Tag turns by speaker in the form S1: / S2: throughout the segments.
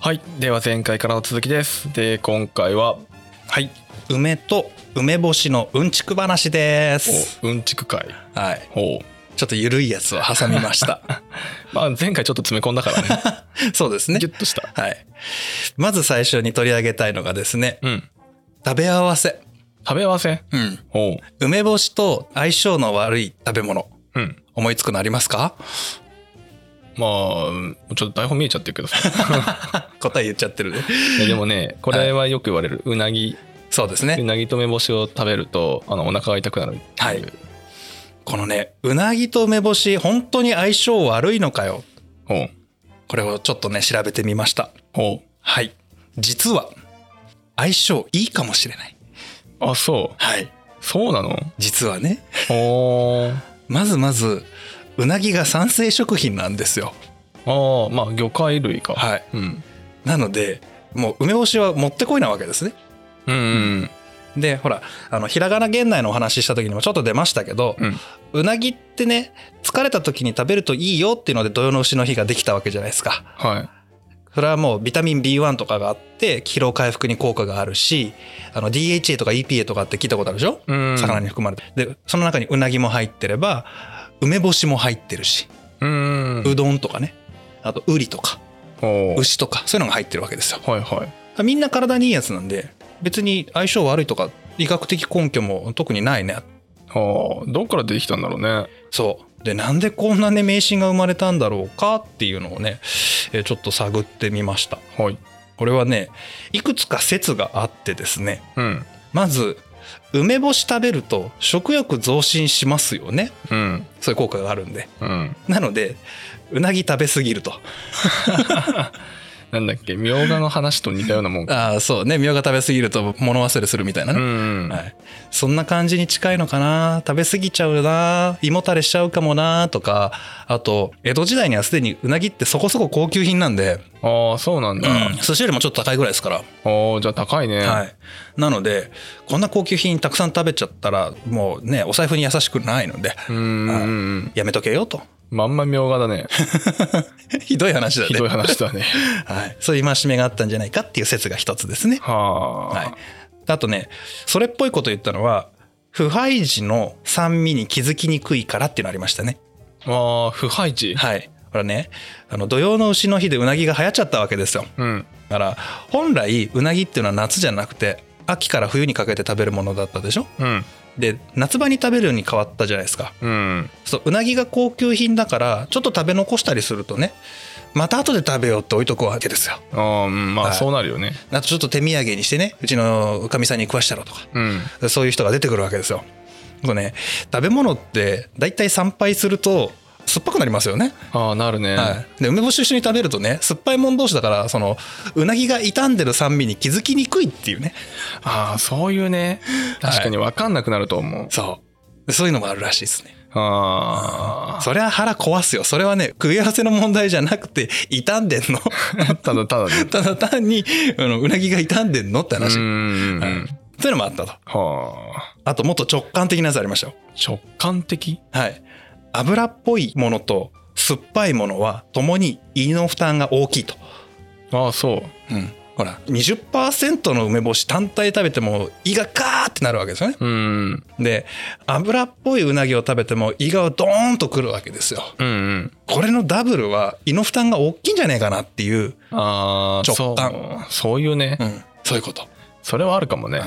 S1: はいでは前回からの続きですで今回ははい
S2: 梅と梅干しのうんちく話です。
S1: おうんちく会
S2: はい。
S1: ほう
S2: ちょっとゆるいやつを挟みました。
S1: まあ前回ちょっと詰め込んだからね
S2: そうですね
S1: ギュ。ッとした
S2: はい。まず最初に取り上げたいのがですね、
S1: うん
S2: 食べ合わせ。
S1: 食べ合わせ
S2: うん。
S1: ほ
S2: 梅干しと相性の悪い食べ物。
S1: ううん
S2: 思いつくのありますか
S1: まあちょっと台本見えちゃってる けどさ
S2: 答え言っちゃってるね。
S1: いやでもねこれはよく言われる、うなぎ
S2: そうです
S1: う
S2: ね。
S1: なぎと梅干しを食べるとあのお腹が痛くなるってう
S2: はいこのね、うなぎと梅干し、本当に相性悪いのかよ。
S1: ほう
S2: これをちょっとね、調べてみました。
S1: ほ
S2: はい。実は、相性いいかもしれない。
S1: うあそう
S2: はい。
S1: そうなの
S2: 実はね。
S1: ほう
S2: まずまずうなぎが酸性食品なんですよ
S1: ああまあ魚介類か
S2: はい
S1: うん
S2: なのでもう梅干しはもってこいなわけですね
S1: うんうん
S2: でほらあのひらがな現代のお話しした時にもちょっと出ましたけど、
S1: うん
S2: うなぎってね疲れた時に食べるといいよっていうので土用の丑の日ができたわけじゃないですか
S1: はい
S2: それはもうビタミン B1 とかがあって疲労回復に効果があるしあの DHA とか EPA とかって聞いたことあるでしょ、
S1: うん
S2: 魚に含まれてでその中にうなぎも入ってれば梅干しも入ってるし
S1: うん
S2: うどんとかねあとうりとか
S1: ほう
S2: 牛とかそういうのが入ってるわけですよ
S1: はいはい
S2: みんな体にいいやつなんで別に相性悪いとか医学的根拠も特にないね
S1: はあどっから出てきたんだろうね
S2: そうでなんでこんなね迷信が生まれたんだろうかっていうのをねえーちょっと探ってみました
S1: はい
S2: これはねいくつか説があってですね
S1: うん
S2: まず梅干し食べると食欲増進しますよね
S1: うん
S2: そういう効果があるんで
S1: うん
S2: なのでうなぎ食べ過ぎると
S1: なんだっけみょうがの話と似たようなもん か
S2: ああそうねみょうが食べ過ぎると物忘れするみたいな
S1: う
S2: ね、
S1: ん
S2: はい、そんな感じに近いのかな食べ過ぎちゃうな胃もたれしちゃうかもなとかあと江戸時代にはすでにうなぎってそこそこ高級品なんで、
S1: ああそうなんだ
S2: 寿司よりもちょっと高いぐらいですから、
S1: おーじゃあ高いね
S2: はい、なのでこんな高級品たくさん食べちゃったらもうねお財布に優しくないので
S1: うんうんうん
S2: やめとけよと
S1: まんまみょうがだね
S2: ひどい話だね
S1: ひどい話 だね
S2: はい、そういう戒めがあったんじゃないかっていう説が一つですね、
S1: はあ、
S2: はい、あとねそれっぽいこと言ったのは腐敗時の酸味に気づきにくいからっていうのありましたね
S1: ああ腐敗地
S2: はい。ほらね、あの土用の丑の日でうなぎが流行っちゃったわけですよ。
S1: うん
S2: だから本来うなぎっていうのは夏じゃなくて秋から冬にかけて食べるものだったでしょ
S1: うん
S2: で夏場に食べるように変わったじゃないですか
S1: うん
S2: そううなぎが高級品だからちょっと食べ残したりするとねまた後で食べようって置いとくわけですよ
S1: ああうんま
S2: は
S1: あ
S2: い
S1: そうなるよね、
S2: あとちょっと手土産にしてねうちのおかみさんに食わしたろとか
S1: うん
S2: そういう人が出てくるわけですよそうね食べ物って大体参拝すると酸っぱくなりますよね
S1: ああなるね、
S2: はい、で梅干しと一緒に食べるとね酸っぱいもん同士だからそのうなぎが傷んでる酸味に気づきにくいっていうね
S1: ああそういうね
S2: はい
S1: 確かに分かんなくなると思う、
S2: そうそういうのもあるらしいですね
S1: あ
S2: それは腹壊すよそれはね食い合わせの問題じゃなくて傷んでん の
S1: あただただね
S2: ただ単にあのうなぎが傷んでんのって話、
S1: うんうんう
S2: はい
S1: ん
S2: そういうのもあったと
S1: はあ
S2: あともっと直感的なやつありましたよ
S1: 直感的
S2: はい油っぽいものと酸っぱいものはともに胃の負担が大きいと
S1: ああそう
S2: うん、ほら20%の梅干し単体食べても胃がガーってなるわけですよね
S1: うん
S2: で油っぽいうなぎを食べても胃がドーンとくるわけですよ
S1: うんうん
S2: これのダブルは胃の負担が大きいんじゃねえかなっていう、
S1: ああ
S2: 直
S1: そうそういうね、
S2: うん、そういうこと
S1: それはあるかもね、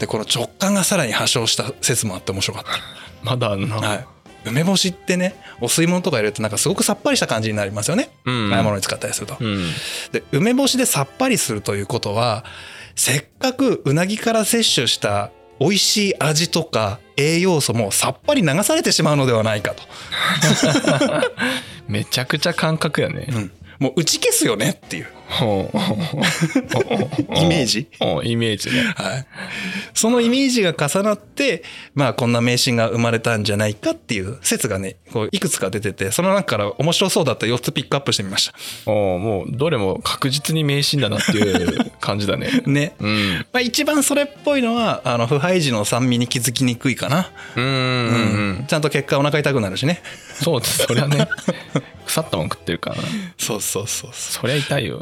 S2: でこの直感がさらに発症した説もあって面白かっ
S1: まだあんな、
S2: た、はい、梅干しってねお吸い物とか入れるとなんかすごくさっぱりした感じになりますよね、
S1: うんうん
S2: 甘いものに使ったりすると、
S1: うん
S2: で梅干しでさっぱりするということはせっかくうなぎから摂取した美味しい味とか栄養素もさっぱり流されてしまうのではないかと、
S1: めちゃくちゃ感覚やね、
S2: うんもう打ち消すよねっていう
S1: ほうほうほうほう
S2: イメージ、
S1: ほうイメージね
S2: はい、そのイメージが重なってまあこんな迷信が生まれたんじゃないかっていう説がねこういくつか出ててその中から面白そうだった4つピックアップしてみまし
S1: おもうどれも確実に迷信だなっていう感じだ ね
S2: たね、
S1: うん
S2: まあ、一番それっぽいのはあの腐敗時の酸味に気づきにくいかな、
S1: うんうんうん
S2: ちゃんと結果お腹痛くなるしね
S1: そうですそりゃね腐ったもん食ってるからな
S2: そうそうそうそう
S1: そりゃ痛いよ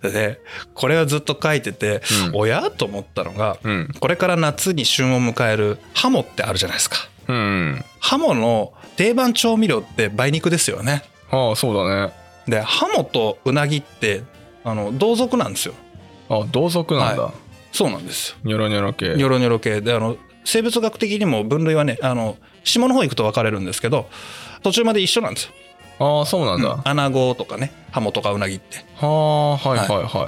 S2: はい、でこれはずっと書いてて、おやと思ったのが
S1: うん
S2: これから夏に旬を迎えるハモってあるじゃないですか
S1: うん
S2: ハモの定番調味料って梅肉ですよね
S1: ああそうだね
S2: でハモとうなぎってあの同族なんですよ
S1: あ同族なんだ、
S2: はそうなんですよ
S1: ニョロニョロ系
S2: ニョロニョロ系であの生物学的にも分類はねあの下の方行くと分かれるんですけど途中まで一緒なんですよ
S1: ああそうなんだ、
S2: うんアナゴとかねハモとかうなぎって
S1: はあはいはいはい、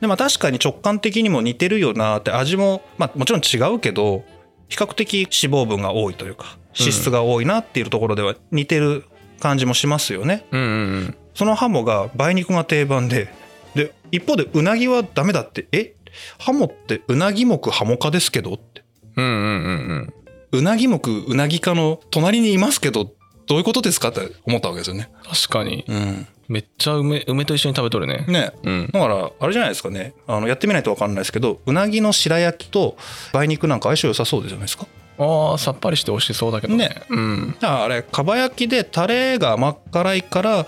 S2: でまあ確かに直感的にも似てるよなって味も、まあ、もちろん違うけど比較的脂肪分が多いというか脂質が多いなっていうところでは似てる感じもしますよね、
S1: うんうんうん
S2: そのハモが梅肉が定番でで一方でうなぎはダメだってえハモってうなぎ目ハモ科ですけどって
S1: うんうんうん
S2: うなぎ目うなぎ科の隣にいますけどどういうことですかって思ったわけですよね
S1: うん確かに
S2: うん
S1: めっちゃ梅梅と一緒に食べとるね
S2: ね
S1: うん
S2: だからあれじゃないですかねあのやってみないと分かんないですけどうなぎの白焼きと梅肉なんか相性良さそうじゃないですか
S1: ああさっぱりして美味しそうだけどね
S2: ね
S1: うん
S2: だからあれかば焼きでタレが甘辛いから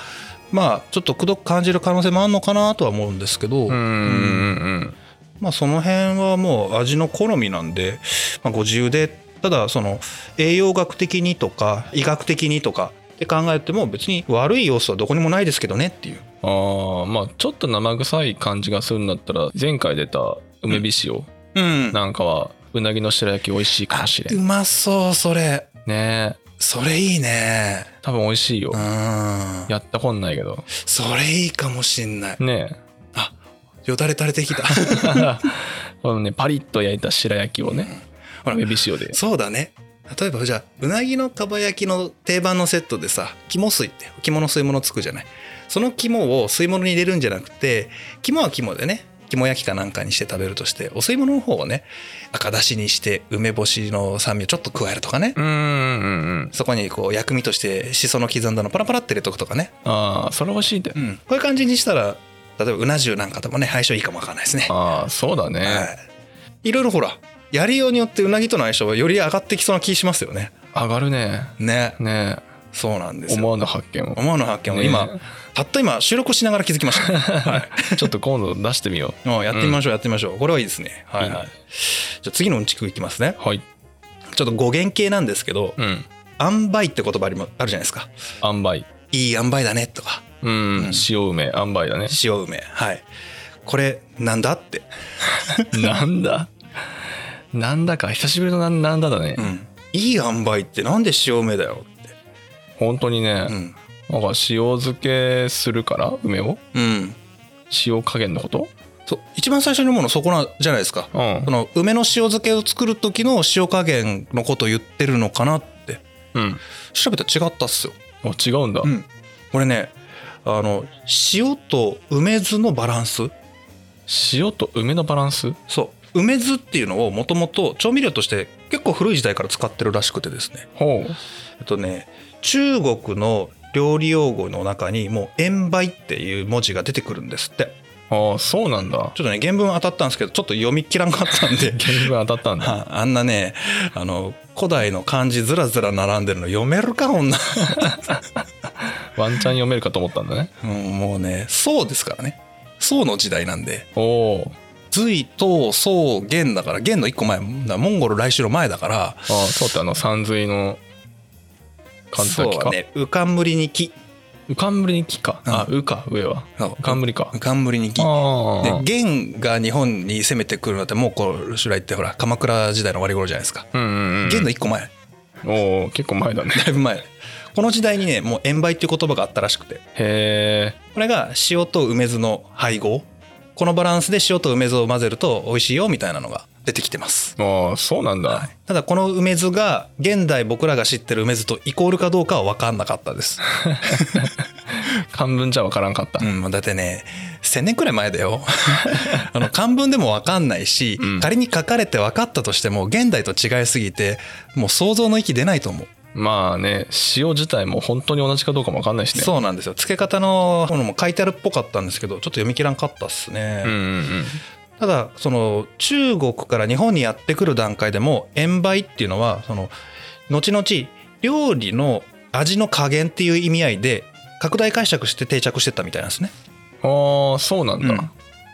S2: まあちょっとくどく感じる可能性もあるのかなとは思うんですけど、
S1: うんうんうん
S2: まあその辺はもう味の好みなんで、まあ、ご自由でただその栄養学的にとか医学的にとかって考えても別に悪い要素はどこにもないですけどねっていう
S1: ああまあちょっと生臭い感じがするんだったら前回出た梅干しを
S2: うん
S1: なんかはうなぎの白焼き美味しいかもしれん
S2: うまそうそれ
S1: ねえ
S2: それいいね
S1: 多分美味しいよ
S2: うん
S1: やったこんないけど
S2: それいいかもしんない
S1: ね
S2: あよだれ垂れてきた
S1: えこのねパリッと焼いた白焼きをね
S2: ほら
S1: 梅干しをで
S2: そうだね例えばじゃあうなぎのかば焼きの定番のセットでさ肝水って肝の吸い物つくじゃないその肝を吸い物に入れるんじゃなくて肝は肝でね肝焼きかなんかにして食べるとしてお吸い物の方をね赤だしにして梅干しの酸味をちょっと加えるとかね
S1: うんうんうんうん
S2: そこにこう薬味としてしその刻んだのパラパラって入れとくとかね、
S1: ああそれ美味しいで
S2: うん、こういう感じにしたら例えばうな重なんかともね相性いいかもわかんないですね
S1: ああそうだね、
S2: はい、いろいろほらやりようによってうなぎとの相性はより上がってきそうな気しますよね
S1: 上がるね
S2: ね
S1: ね
S2: そうなんで
S1: え
S2: すよ
S1: 思わぬ発見を
S2: 思わぬ発見を
S1: ね
S2: 今、たった今収録しながら気づきました、 はい、
S1: ちょっと今度出してみよ
S2: うんやってみましょうやってみましょうこれはいいですねはいはい
S1: いいね
S2: じゃあ次のうんちくいきますね
S1: うはい
S2: ちょっと語源系なんですけど
S1: うん
S2: 「塩梅って言葉ありもあるじゃないですか
S1: 塩梅
S2: 「いい塩梅だね」とか
S1: うん、塩梅塩梅だね
S2: 「塩梅」はいこれなんだって、
S1: なんだなんだか久しぶりのなんなんだだね、
S2: うん、いい塩梅ってなんで塩梅だよって
S1: 本当にね、
S2: うん、
S1: なんか塩漬けするから梅を
S2: うん、
S1: 塩加減のこと
S2: そう一番最初に思うのそこなじゃないですか
S1: うん
S2: その梅の塩漬けを作る時の塩加減のことを言ってるのかなって
S1: うん
S2: 調べたら違ったっすよ。
S1: あ違うんだ、
S2: うんこれねあの塩と梅酢のバランス
S1: 塩と梅のバランス
S2: そう梅酢っていうのをもともと調味料として結構古い時代から使ってるらしくてですね
S1: ほう
S2: えっとね中国の料理用語の中にもう塩梅っていう文字が出てくるんですって
S1: ああそうなんだ
S2: ちょっとね原文当たったんですけどちょっと読み切らんかったんで
S1: 原文当たったんだ
S2: ああんなねあの古代の漢字ずらずら並んでるの読めるか女、
S1: ワンチャン読めるかと思ったんだね
S2: うん、もうね宋ですからね宋の時代なんで
S1: おお
S2: 隋唐宋元だから元の一個前だからモンゴル来襲の前だから
S1: ああそうってあの山水の感じだっけ
S2: そう
S1: か、
S2: ね「うかんむりに木
S1: うかんぶりに木か、あうか上は」
S2: そう
S1: うかんぶりか
S2: うかんむりに木」
S1: あ
S2: で
S1: あ
S2: 元が日本に攻めてくるのってもうこう襲来ってほら鎌倉時代の終わり頃じゃないですか
S1: うんうんうん
S2: 元の一個前
S1: おお結構前だね
S2: だいぶ前この時代にねもう塩梅っていう言葉があったらしくて
S1: へえ
S2: これが塩と梅酢の配合このバランスで塩と梅酢を混ぜると美味しいよみたいなのが出てきてます
S1: ああそうなんだ、
S2: ただこの梅酢が現代僕らが知ってる梅酢とイコールかどうかは分かんなかったです、
S1: 漢文じゃわからんかった
S2: う、ん、だってね1,000年くらい前だよ あの漢文でも分かんないし、
S1: うん
S2: 仮に書かれて分かったとしても現代と違いすぎてもう想像の域出ないと思う
S1: まあね塩自体も本当に同じかどうかもわかんないしね
S2: そうなんですよ付け方のものも書いてあるっぽかったんですけどちょっと読み切らんかったっすね、
S1: うんうんうん
S2: ただその中国から日本にやってくる段階でも塩梅っていうのはその後々料理の味の加減っていう意味合いで拡大解釈して定着してったみたいなんですね。
S1: ああそうなんだ、
S2: うん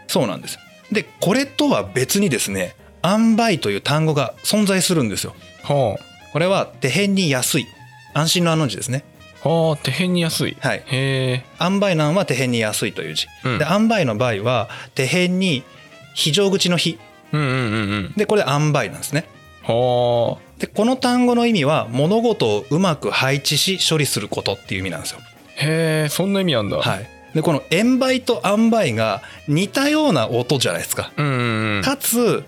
S2: そうなんですでこれとは別にですね塩梅という単語が存在するんですよ
S1: は
S2: これは手辺に安い安心のあの字ですね
S1: あはあ手辺に安い
S2: はい
S1: へえ
S2: 塩梅なんは手辺に安いという字、
S1: うん
S2: で塩梅の場合は手辺に非常口の非
S1: うんうんうんうん
S2: でこれ塩梅なんですね
S1: は
S2: でこの単語の意味は物事をうまく配置し処理することっていう意味なんですよ
S1: あへえそんな意味あんだ
S2: はいでこの塩梅と塩梅が似たような音じゃないですか
S1: うんうんうん
S2: かつ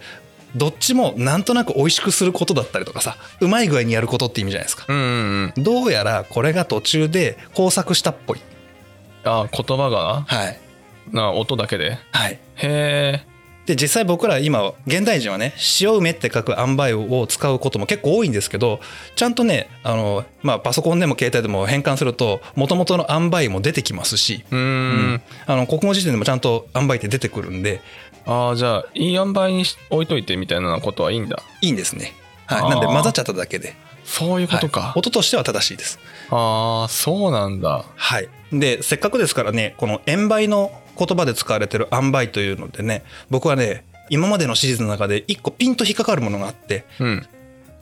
S2: どっちもなんとなく美味しくすることだったりとかさうまい具合にやることって意味じゃないですか
S1: うんうんうん
S2: どうやらこれが途中で工作したっぽい
S1: あー言葉が
S2: はい
S1: な音だけで
S2: はい
S1: へえ
S2: で実際僕ら今現代人はね塩梅って書く塩梅を使うことも結構多いんですけどちゃんとねあの、まあ、パソコンでも携帯でも変換すると元々の塩梅も出てきますし、
S1: うーん
S2: うんあの国語辞典でもちゃんと塩梅って出てくるんで
S1: ああじゃあいい塩梅にし置いといてみたいなことはいいんだ
S2: いいんですね、
S1: あ
S2: は
S1: ー
S2: い、なんで混ざっちゃっただけで
S1: そういうことか、
S2: はい音としては正しいです
S1: ああそうなんだ
S2: はい、でせっかくですからねこの塩梅の言葉で使われてる塩梅というのでね僕はね今までのシリーズの中で一個ピンと引っかかるものがあって
S1: うん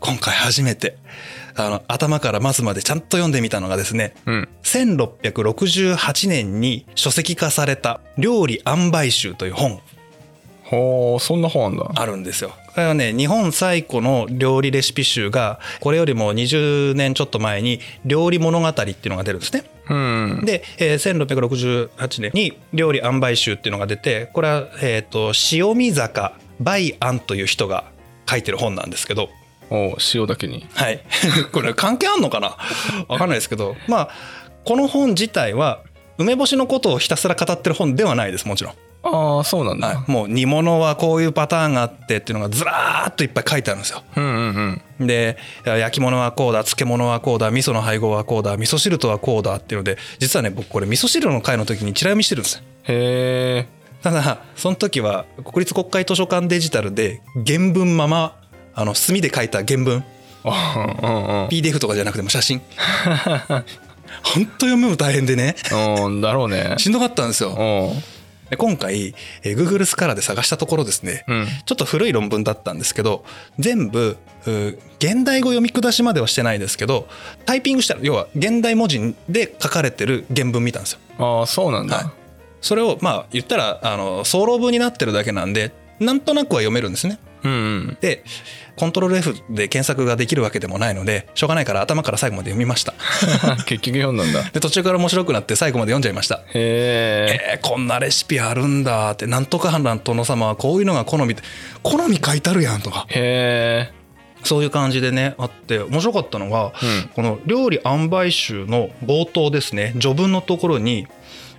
S2: 今回初めてあの頭から末までちゃんと読んでみたのがですね
S1: うん
S2: 1668年に書籍化された「料理塩梅集」という本
S1: ほうそんな本あんだ
S2: あるんですよ。これはね日本最古の料理レシピ集がこれよりも20年ちょっと前に「料理物語」っていうのが出るんですね。
S1: うん
S2: で、えー1668年に料理塩梅集っていうのが出てこれは、えー、と塩見坂梅庵という人が書いてる本なんですけど、
S1: おう塩だけに
S2: はい これ関係あんのかなわかんないですけどまあこの本自体は梅干しのことをひたすら語ってる本ではないですもちろん、
S1: ああそうなんだ、
S2: はい、もう煮物はこういうパターンがあってっていうのがずらーっといっぱい書いてあるんですよ
S1: うんうんうん
S2: で焼き物はこうだ漬物はこうだ味噌の配合はこうだ味噌汁とはこうだっていうので実はね僕これ味噌汁の回の時にチラ読みしてるんですよ
S1: へえ
S2: ただその時は国立国会図書館デジタルで原文ままあの墨で書いた原文
S1: あうんうん
S2: PDF とかじゃなくても写真ほんと読むの大変でね
S1: うん だろうね
S2: しんどかったんですよ
S1: おう
S2: で今回えー Google スカラーで探したところですね
S1: うん
S2: ちょっと古い論文だったんですけど全部うー現代語読み下しまではしてないですけどタイピングしたら要は現代文字で書かれてる原文見たんですよ
S1: ああそうなんだ、
S2: はいそれをまあ言ったらあの総論文になってるだけなんでなんとなくは読めるんですね
S1: うんうん
S2: でコントロール F で検索ができるわけでもないのでしょうがないから頭から最後まで読みました
S1: 結局読んだんだ
S2: で途中から面白くなって最後まで読んじゃいました
S1: へえ
S2: えーこんなレシピあるんだってなんとか判断殿様はこういうのが好みって好み書いてあるやんとか
S1: へえ
S2: そういう感じでねあって面白かったのが
S1: うん
S2: この「料理塩梅集」の冒頭ですね序文のところに「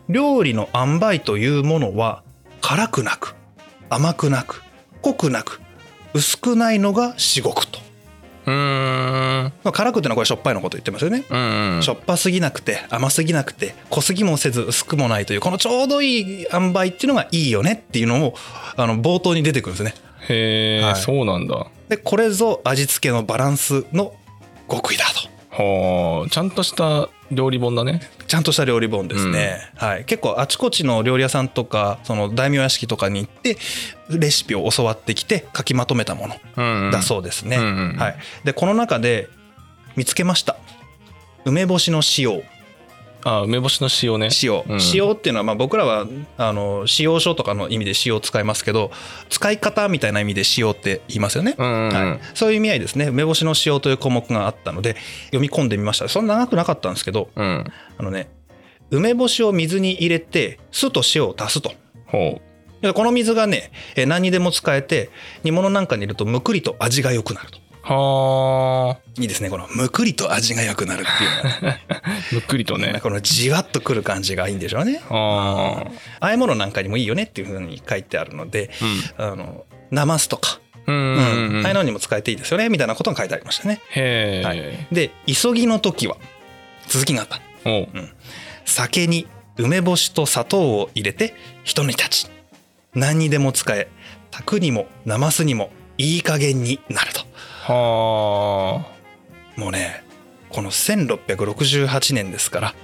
S2: 料理の塩梅というものは辛くなく甘くなく濃くなく薄くないのが至極」と。
S1: うーん
S2: まあ、辛くってのはこれしょっぱいのこと言ってますよね。
S1: うんうん
S2: しょっぱすぎなくて甘すぎなくて濃すぎもせず薄くもないというこのちょうどいい塩梅っていうのがいいよねっていうのもあの冒頭に出てくるんですね。
S1: へえ、
S2: はい
S1: そうなんだ
S2: でこれぞ味付けのバランスの極意だと。
S1: はあちゃんとした料理本だね
S2: ちゃんとした料理本ですね、はい、結構あちこちの料理屋さんとかその大名屋敷とかに行ってレシピを教わってきて書きまとめたもの
S1: うん、うん、
S2: だそうですね、
S1: うんうん
S2: はい、でこの中で見つけました梅干しの塩
S1: あ梅干しの塩ね
S2: 塩、
S1: うん
S2: 塩っていうのはまあ僕らはあの使用書とかの意味で塩を使いますけど使い方みたいな意味で塩って言いますよね、
S1: うんうんうん、
S2: はい、そういう意味合いですね梅干しの塩という項目があったので読み込んでみましたそんな長くなかったんですけど
S1: うん
S2: あのね梅干しを水に入れて酢と塩を足すと
S1: ほ
S2: でこの水がねえー何にでも使えて煮物なんかに入れるとむくりと味が良くなると
S1: うはあ
S2: いいですねこのむくりと味が良くなるってい うのが
S1: むっくりとね
S2: このじわっとくる感じがいいんでしょうね
S1: ああ
S2: あえ物なんかにもいいよねっていうふうに書いてあるのであのなますとか、
S1: うんう
S2: うん
S1: うんうん
S2: ああいうのにも使えていいですよねみたいなことが書いてありましたね
S1: へえ、
S2: はで急ぎの時は続きがあった
S1: おう
S2: 酒に梅干しと砂糖を入れて一煮立ち何にでも使え炊くにもなますにもいい加減になると
S1: はあ
S2: もうねこの1668年ですから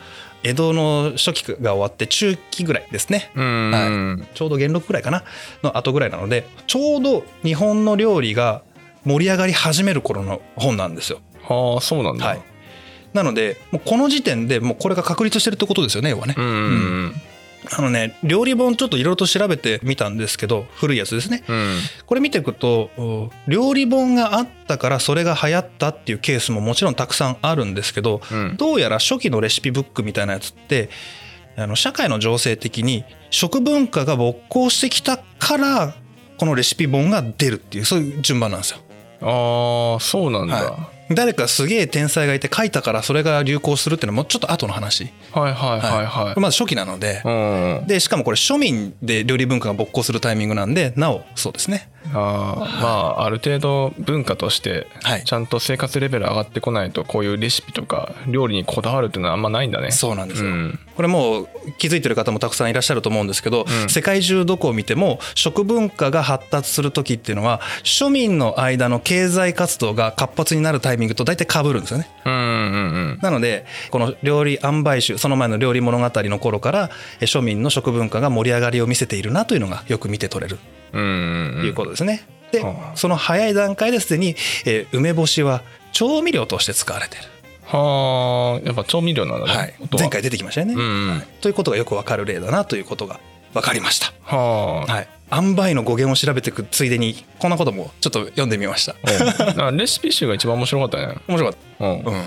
S2: 江戸の初期が終わって中期ぐらいですね
S1: うん、
S2: はちょうど元禄ぐらいかなの後ぐらいなのでちょうど日本の料理が盛り上がり始める頃の本なんですよ。
S1: ああそうなんだ、
S2: はい、なのでもうこの時点でもうこれが確立してるってことですよね要はね
S1: う。んうん
S2: あのね料理本ちょっといろいろと調べてみたんですけど古いやつですね。
S1: うん、うん
S2: これ見ていくとお料理本があったからそれが流行ったっていうケースももちろんたくさんあるんですけど
S1: うん
S2: どうやら初期のレシピブックみたいなやつってあの社会の情勢的に食文化が勃興してきたからこのレシピ本が出るっていうそういう順番なんですよ。
S1: ああそうなんだ、
S2: は誰かすげえ天才がいて書いたからそれが流行するっていうのはもうちょっと後の話
S1: はい、はいはいはい
S2: まず初期なので
S1: うん
S2: でしかもこれ庶民で料理文化が勃興するタイミングなんでなおそうですね
S1: あーまあある程度文化として
S2: はい
S1: ちゃんと生活レベル上がってこないとこういうレシピとか料理にこだわるっていうのはあんまないんだね
S2: そうなんですよ、
S1: ん
S2: これもう気づいてる方もたくさんいらっしゃると思うんですけど、
S1: うん
S2: 世界中どこを見ても食文化が発達する時っていうのは庶民の間の経済活動が活発になるタイミングと大体被るんですよね
S1: うんうんうん
S2: なのでこの料理塩梅集その前の料理物語の頃からえ庶民の食文化が盛り上がりを見せているなというのがよく見て取れる
S1: うんうん
S2: と
S1: うん
S2: いうことですね、で
S1: はあ
S2: その早い段階ですでに、えー梅干しは調味料として使われてる、
S1: はあやっぱ調味料なんだね、
S2: はい
S1: 音、は
S2: 前回出てきましたよね、
S1: うんうん
S2: ということがよくわかる例だなということが分かりました
S1: はあ
S2: はい、塩梅の語源を調べていくついでにこんなこともちょっと読んでみました
S1: うんだからレシピ集が一番面白かったね
S2: 面白かっ
S1: うん
S2: た、うん、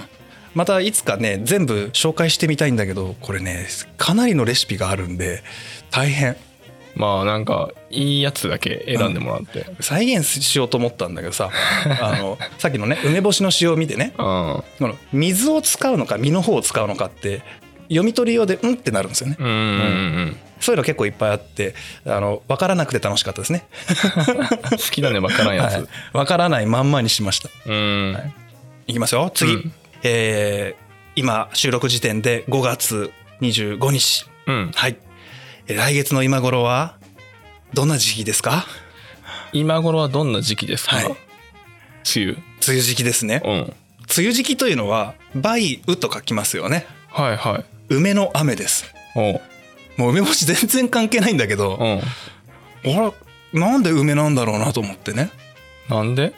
S2: またいつかね全部紹介してみたいんだけどこれねかなりのレシピがあるんで大変
S1: まあなんかいいやつだけ選んでもらって
S2: 再現しようと思ったんだけど さあのさっきのね梅干しの塩を見てね
S1: うんうん
S2: この水を使うのか身の方を使うのかって読み取りようでうんってなるんですよね
S1: うんうん
S2: そういうの結構いっぱいあってあの分からなくて楽しかったですね
S1: 好きだねばっからんやつ、
S2: はい、分からないまんまにしました
S1: うん、
S2: いきますよ次、
S1: うん
S2: えー今収録時点で5月25日
S1: うん
S2: はいえー来月の今頃はどんな時期ですか
S1: 今頃はどんな時期ですか、
S2: はい
S1: 梅雨
S2: 梅雨時期ですね
S1: うん
S2: 梅雨時期というのは梅雨と書きますよね
S1: はいはい
S2: 梅の雨です
S1: おう
S2: もう梅干し全然関係ないんだけ
S1: う
S2: ど
S1: ん
S2: あらなんで梅なんだろうなと思ってね
S1: なんで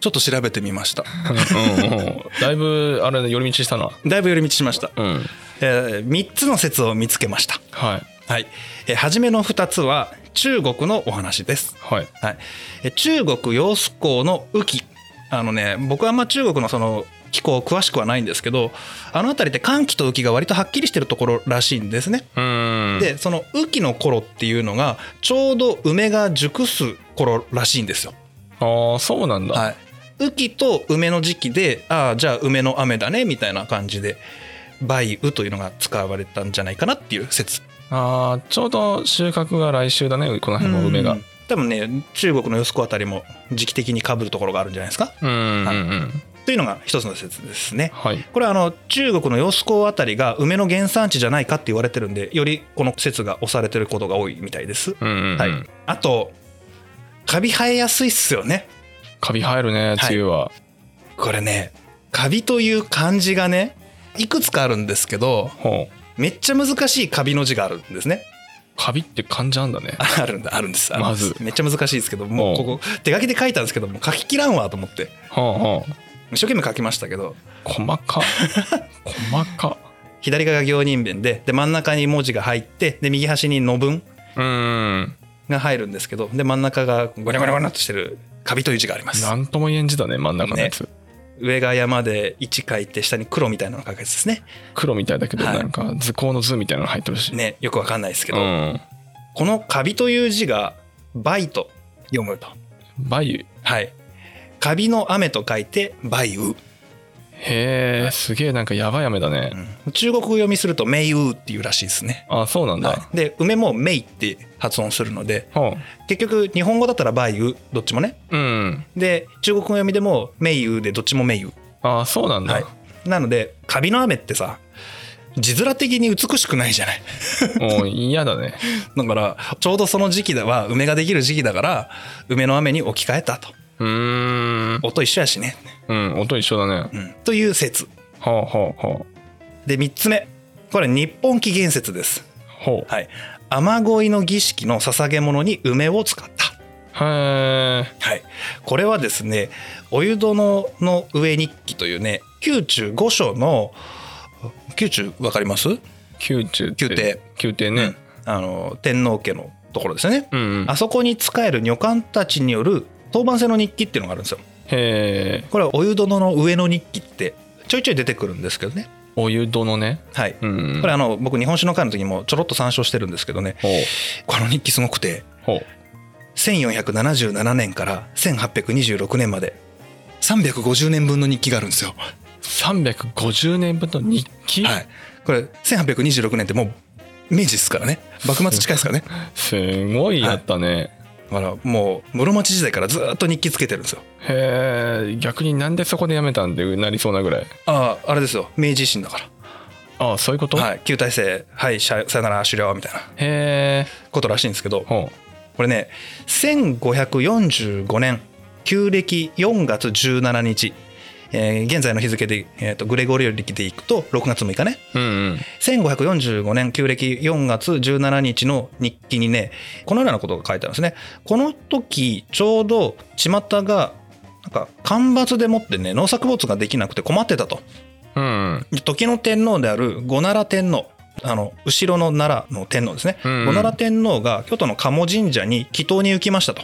S2: ちょっと調べてみました
S1: うんうんうん だいぶあれね寄り道したな
S2: だいぶ寄り道しました、
S1: うん
S2: え3つの説を見つけました
S1: はい
S2: はい、えー初めの2つは中国のお話です
S1: はい
S2: はい、え中国揚子港の雨季あのね僕はあんま中国のその気候詳しくはないんですけどあの辺りって寒気と雨季が割とはっきりしてるところらしいんですね、
S1: うん
S2: でその雨季の頃っていうのがちょうど梅が熟す頃らしいんですよ、
S1: ああそうなんだ、
S2: はい、雨季と梅の時期でああじゃあ梅の雨だねみたいな感じで梅雨というのが使われたんじゃないかなっていう説
S1: ああちょうど収穫が来週だねこの辺の梅が
S2: うん多分ね中国の揚子港あたりも時期的にかぶるところがあるんじゃないですか
S1: うんうんうん
S2: というのが一つの説ですね。
S1: はい
S2: これはあの中国の揚子港あたりが梅の原産地じゃないかって言われてるんでよりこの説が押されてることが多いみたいです。
S1: うんうんうん、
S2: はい、あとカビ生えやすいっすよね。
S1: カビ生えるね梅雨は、
S2: これねカビという漢字がねいくつかあるんですけど
S1: ほう
S2: めっちゃ難しいカビの字があるんですね。
S1: カビって感じあんだね
S2: ああるんだあるんです。あるんです
S1: まず
S2: めっちゃ難しいですけどもうここ手書きで書いたんですけどもう書ききらんわと思って
S1: ほうほう
S2: 一生懸命書きましたけど
S1: 細 か細か
S2: 左側が行人弁でで真ん中に文字が入ってで右端に「の文」
S1: うん
S2: が入るんですけどで真ん中がゴニャゴニャゴニャっとしてるカビという字があります
S1: なんとも言えん字だね真ん中のやつ、
S2: 上が山で1書いて下に黒みたいなの書くやつですね
S1: 黒みたいだけど
S2: はい
S1: なんか図工の図みたいなの入ってるし、
S2: ねよくわかんないですけ
S1: う
S2: ど、
S1: ん
S2: このカビという字がバイと読むと
S1: 梅雨
S2: はいカビの雨と書いて梅雨、
S1: へえすげえなんかやばい雨だね、
S2: うん中国語読みするとメイウっていうらしいですね
S1: あそうなんだ、
S2: はい、で梅もメイって発音するので
S1: ほ
S2: 結局日本語だったら梅雨どっちもね
S1: ううん
S2: で中国語読みでもメイウでどっちもメイウ
S1: あそうなんだ、
S2: はい、なのでカビの雨ってさ字面的に美しくないじゃない
S1: もう嫌だね
S2: だからちょうどその時期では梅ができる時期だから梅の雨に置き換えたと
S1: うーん
S2: 音一緒やしね、
S1: うん音一緒だね
S2: うん、という説
S1: はあはあは
S2: で3つ目これ日本起源説です。
S1: ほう
S2: はい。雨乞いの儀式の捧げ物に梅を使った。
S1: へえ
S2: はい。これはですね、お湯殿の上日記というね、九中五所の九中わかります？
S1: 宮中って
S2: 宮廷
S1: 宮廷ね、
S2: あの天皇家のところですよね。
S1: うんうん、
S2: あそこに仕える女官たちによる当番制の日記っていうのがあるんですよ。
S1: へえ
S2: これはお湯殿の上の日記ってちょいちょい出てくるんですけどね。
S1: お湯殿ね
S2: はい。
S1: うんうん
S2: これあの僕日本史の会の時にもちょろっと参照してるんですけどね
S1: ほう
S2: この日記すごくて
S1: ほう
S2: 1477年から1826年まで350年分の日記があるんですよ。
S1: 350年分の日記、
S2: はい、これ1826年ってもう明治ですからね幕末近いですからね
S1: すごいやったね、
S2: だからもう室町時代からずーっと日記つけてるんですよ。
S1: へえ逆になんでそこでやめたんってなりそうなぐらい
S2: あああれですよ明治維新だか
S1: ああそういうこと、
S2: ら、はい、旧体制はいしゃさよなら終了みたいな
S1: へえ
S2: ことらしいんですけど
S1: ほ
S2: これね1545年旧暦4月17日、えー現在の日付で、えーとグレゴリオ暦でいくと6月6日ね
S1: ううんうん
S2: 1545年旧暦4月17日の日記にねこのようなことが書いてあるんですねこの時ちょうど巷がなんか干ばつでもってね農作物ができなくて困ってたと
S1: うんうん
S2: 時の天皇である五奈良天皇あの後ろの奈良の天皇ですね、
S1: うんうん
S2: 五奈良天皇が京都の鴨神社に祈祷に行きましたと。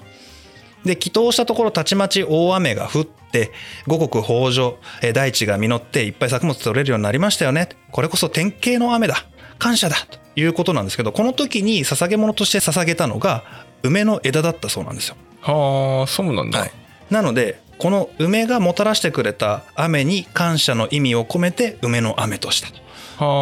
S2: で祈祷したところたちまち大雨が降って五穀豊穣えー大地が実っていっぱい作物取れるようになりましたよねこれこそ典型の雨だ感謝だということなんですけどこの時に捧げ物として捧げたのが梅の枝だったそうなんですよ。
S1: はあそうなんだ、
S2: はいなのでこの梅がもたらしてくれた雨に感謝の意味を込めて梅の雨としたと。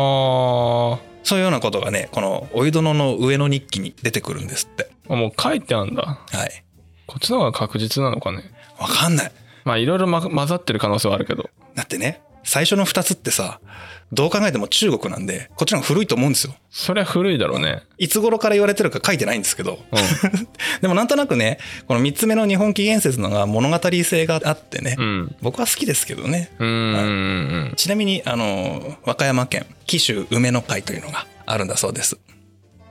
S1: は
S2: そういうようなことがね、このお湯殿の上の日記に出てくるんですって。
S1: ああもう書いてあんだ
S2: はい。
S1: こっちの方が確実なのかね
S2: わかんない。
S1: まあいろいろま混ざってる可能性はあるけど
S2: だってね、最初の2つってさ、どう考えても中国なんで、こっちの方が古いと思うんですよ。
S1: そりゃ古いだろうね
S2: いつ頃から言われてるか書いてないんですけど。でもなんとなくね、この3つ目の日本起源説のが物語性があってね、
S1: うん
S2: 僕は好きですけどね。
S1: うんうんうんうん
S2: ちなみに、あの、和歌山県、紀州梅の会というのがあるんだそうです。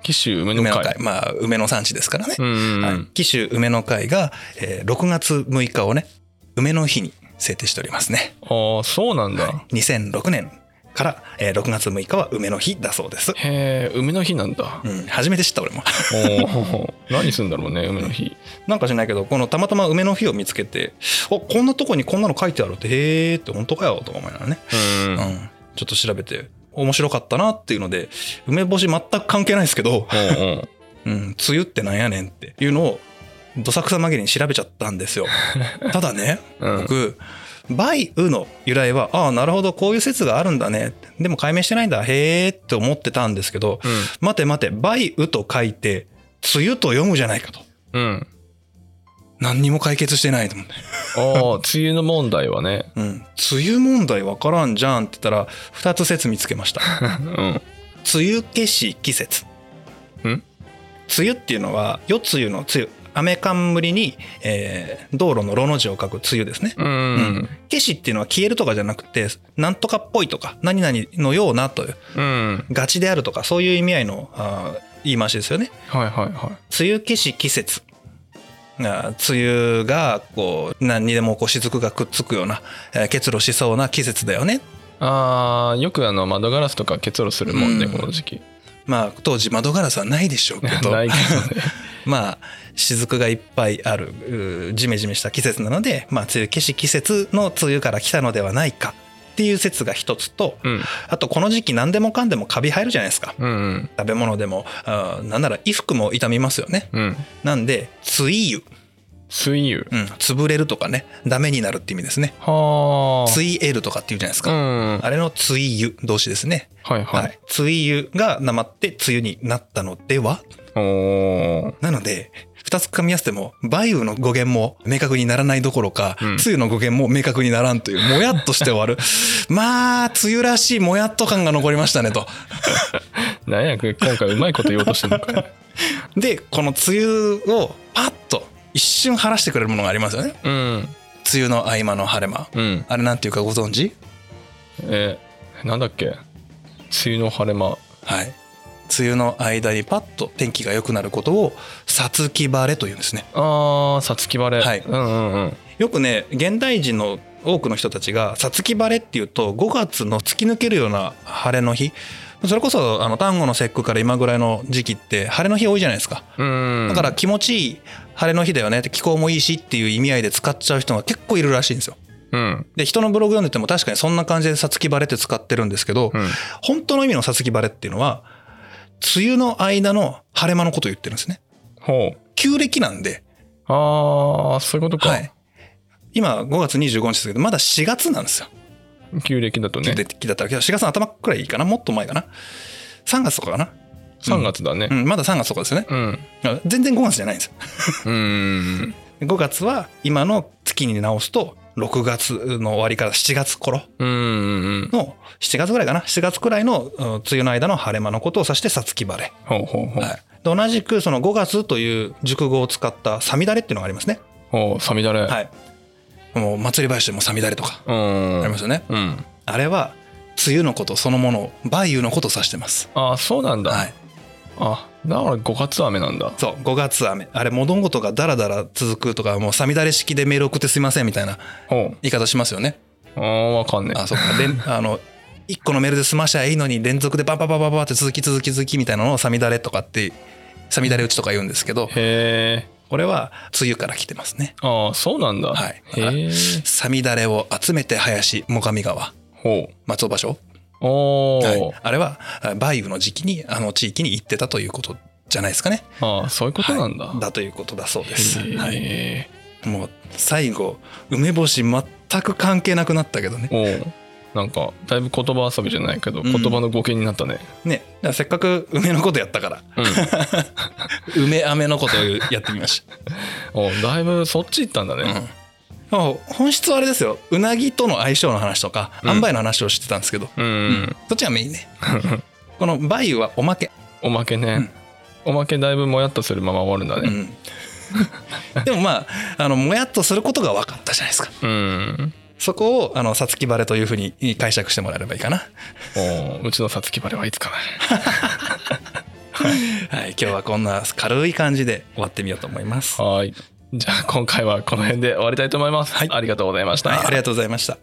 S1: 紀州梅の
S2: 梅
S1: 会
S2: の会。まあ、梅の産地ですからね。
S1: うんうんうん、
S2: はい、紀州梅の会が、えー6月6日をね梅の日に制定しておりますね
S1: ああそうなんだ、
S2: 2006年から、えー6月6日は梅の日だそうです、
S1: へえ梅の日なんだ
S2: うん、初めて知った俺も
S1: おお何するんだろうね梅の日
S2: なんか知らないけどこのたまたま梅の日を見つけておこんなとこにこんなの書いてあるってへえって本当かよとか思いながらね、
S1: うん
S2: うんちょっと調べて面白かったなっていうので梅干し全く関係ないですけど、
S1: うんうん
S2: うん、梅雨ってなんやねんっていうのをどさくさまげに調べちゃったん ですよただね
S1: うん
S2: 僕梅雨の由来はああなるほどこういう説があるんだねでも解明してないんだへえって思ってたんですけど待て待て梅雨と書いて梅雨と読むじゃないかと
S1: うん、うん、
S2: 何にも解決してないと思って、
S1: ああ梅雨の問題はね
S2: うん、梅雨問題わからんじゃんって言ったら2つ説見つけました
S1: うん
S2: 梅雨消し季節
S1: ん
S2: 梅雨っていうのは夜梅雨の梅雨雨冠に、えー道路の路の字を書く梅雨ですね
S1: うん、うん
S2: 消しっていうのは消えるとかじゃなくてなんとかっぽいとか何々のようなという
S1: うん、
S2: ガチであるとかそういう意味合いのあー言い回しですよね。
S1: はいはいは
S2: 梅雨消し季節あー梅雨がこう何にでもこう雫がくっつくような、えー結露しそうな季節だよね。
S1: いあーよくあの窓ガラスとか結露するもんね、
S2: うん
S1: この時期
S2: まあ当時窓ガラスはないでしょうけ ど
S1: ないけどね
S2: まあ雫がいっぱいあるうージメジメした季節なので、まあ、梅雨消し季節の梅雨から来たのではないかっていう説が一つと
S1: うん
S2: あとこの時期何でもかんでもカビ生えるじゃないですか。
S1: うんうん
S2: 食べ物でもあーなんなら衣服も傷みますよね
S1: うん
S2: なんで追油、
S1: 水油
S2: うん、潰れるとかねダメになるって意味ですね
S1: はあ
S2: 追えるとかっていうじゃないです
S1: う
S2: か、
S1: ん
S2: あれの追油動詞ですね
S1: はい
S2: は、
S1: はいい、
S2: 追油がなまって梅雨になったのでは
S1: おおー
S2: なので2つ噛み合わせても梅雨の語源も明確にならないどころか、
S1: うん
S2: 梅雨の語源も明確にならんというもやっとして終わ るまあ梅雨らしいもやっと感が残りましたねと
S1: なんや今回うまいこと言おうとしてるのか
S2: でこの梅雨をパッと一瞬晴らしてくれるものがありますよね
S1: うん
S2: 梅雨の合間の晴れ間
S1: うん
S2: あれなんていうかご存知
S1: えなんだっけ梅雨の晴れ間
S2: はい。梅雨の間にパッと天気が良くなることを、さつき晴れというんですね。
S1: あーさつき晴れ、
S2: はい
S1: うんうんうん
S2: よくね、現代人の多くの人たちが、さつき晴れっていうと、5月の突き抜けるような晴れの日。それこそ、あの、端午の節句から今ぐらいの時期って、晴れの日多いじゃないですか。
S1: うん
S2: だから気持ちいい晴れの日だよねって気候もいいしっていう意味合いで使っちゃう人が結構いるらしいんですよ。
S1: うん
S2: で人のブログ読んでても確かにそんな感じで「さつき晴れ」って使ってるんですけど、
S1: うん
S2: 本当の意味の「さつき晴れ」っていうのは梅雨の間の晴れ間のことを言ってるんですね。
S1: ほう
S2: 旧暦なんで、
S1: あーそういうことか、
S2: はい、今5月25日ですけどまだ4月なんですよ。
S1: 旧暦だとね
S2: 旧暦だったら4月の頭くらいいいかなもっと前かな3月とかかな、
S1: 3月だね
S2: うん、まだ3月とかですよね
S1: うん
S2: 全然5月じゃないんですよ
S1: うん
S2: 5月は今の月に直すと6月の終わりから7月頃
S1: うんうん
S2: の7月ぐらいかな7月くらいのうん梅雨の間の晴れ間のことを指してさつき晴れ、
S1: ほうほうほう、
S2: はい、で同じくその5月という熟語を使ったさみだれっていうのがありますね
S1: ほうさみだれ、
S2: はいもう祭り林でもさみだれとか
S1: うん
S2: ありますよね、
S1: うん
S2: あれは梅雨のことそのものを梅雨のことを指してます
S1: あーそうなんだ、
S2: はい
S1: あだから5月雨なんだ
S2: そう5月雨あれ物事がダラダラ続くとかもうさみだれ式でメール送ってすいませんみたいな
S1: ほう
S2: 言い方しますよね
S1: あーわかんねえ
S2: あ、そうか。 連あの、一個のメールで済ましゃいいのに連続でバンバンバンバンバンって続き続き続きみたいなのをさみだれとかって、さみだれ打ちとか言うんですけど、
S1: へえ
S2: これは梅雨から来てますね。
S1: ああそうなんだ、
S2: はい
S1: へえ
S2: さみだれを集めて林、最上川、
S1: ほ
S2: 松尾芭蕉、
S1: うおお、
S2: はい、あれはあ梅雨の時期にあの地域に行ってたということじゃないですかね。
S1: ああそういうことなんだ、
S2: はいだということだそうです。
S1: へえ
S2: はい、もう最後梅干し全く関係なくなったけどね。
S1: おうなんかだいぶ言葉遊びじゃないけど、
S2: うん
S1: 言葉の語源になったね
S2: ね、だからせっかく梅のことやったから
S1: うん
S2: 梅飴のことをやってみました。
S1: おうだいぶそっち行ったんだ ね、
S2: うんあ本質はあれですようなぎとの相性の話とか
S1: うん
S2: 塩梅の話をしてたんですけど、
S1: うん、
S2: そっちはメイ ンねこの「梅雨」はおまけ、
S1: おまけね、おまけだいぶもやっとするまま終わるんだ
S2: う
S1: ね
S2: ん でもまああのもやっとすることが分かったじゃないですか
S1: うん、
S2: そこをあの「さつき晴れ」というふうに解釈してもらえればいいかな、
S1: おううちのさつき晴れはいつかな
S2: はい、今日はこんな軽い感じで終わってみようと思います、は
S1: はいじゃあ今回はこの辺で終わりたいと思います、
S2: はい
S1: ありがとうございました、
S2: い、ありがとうございました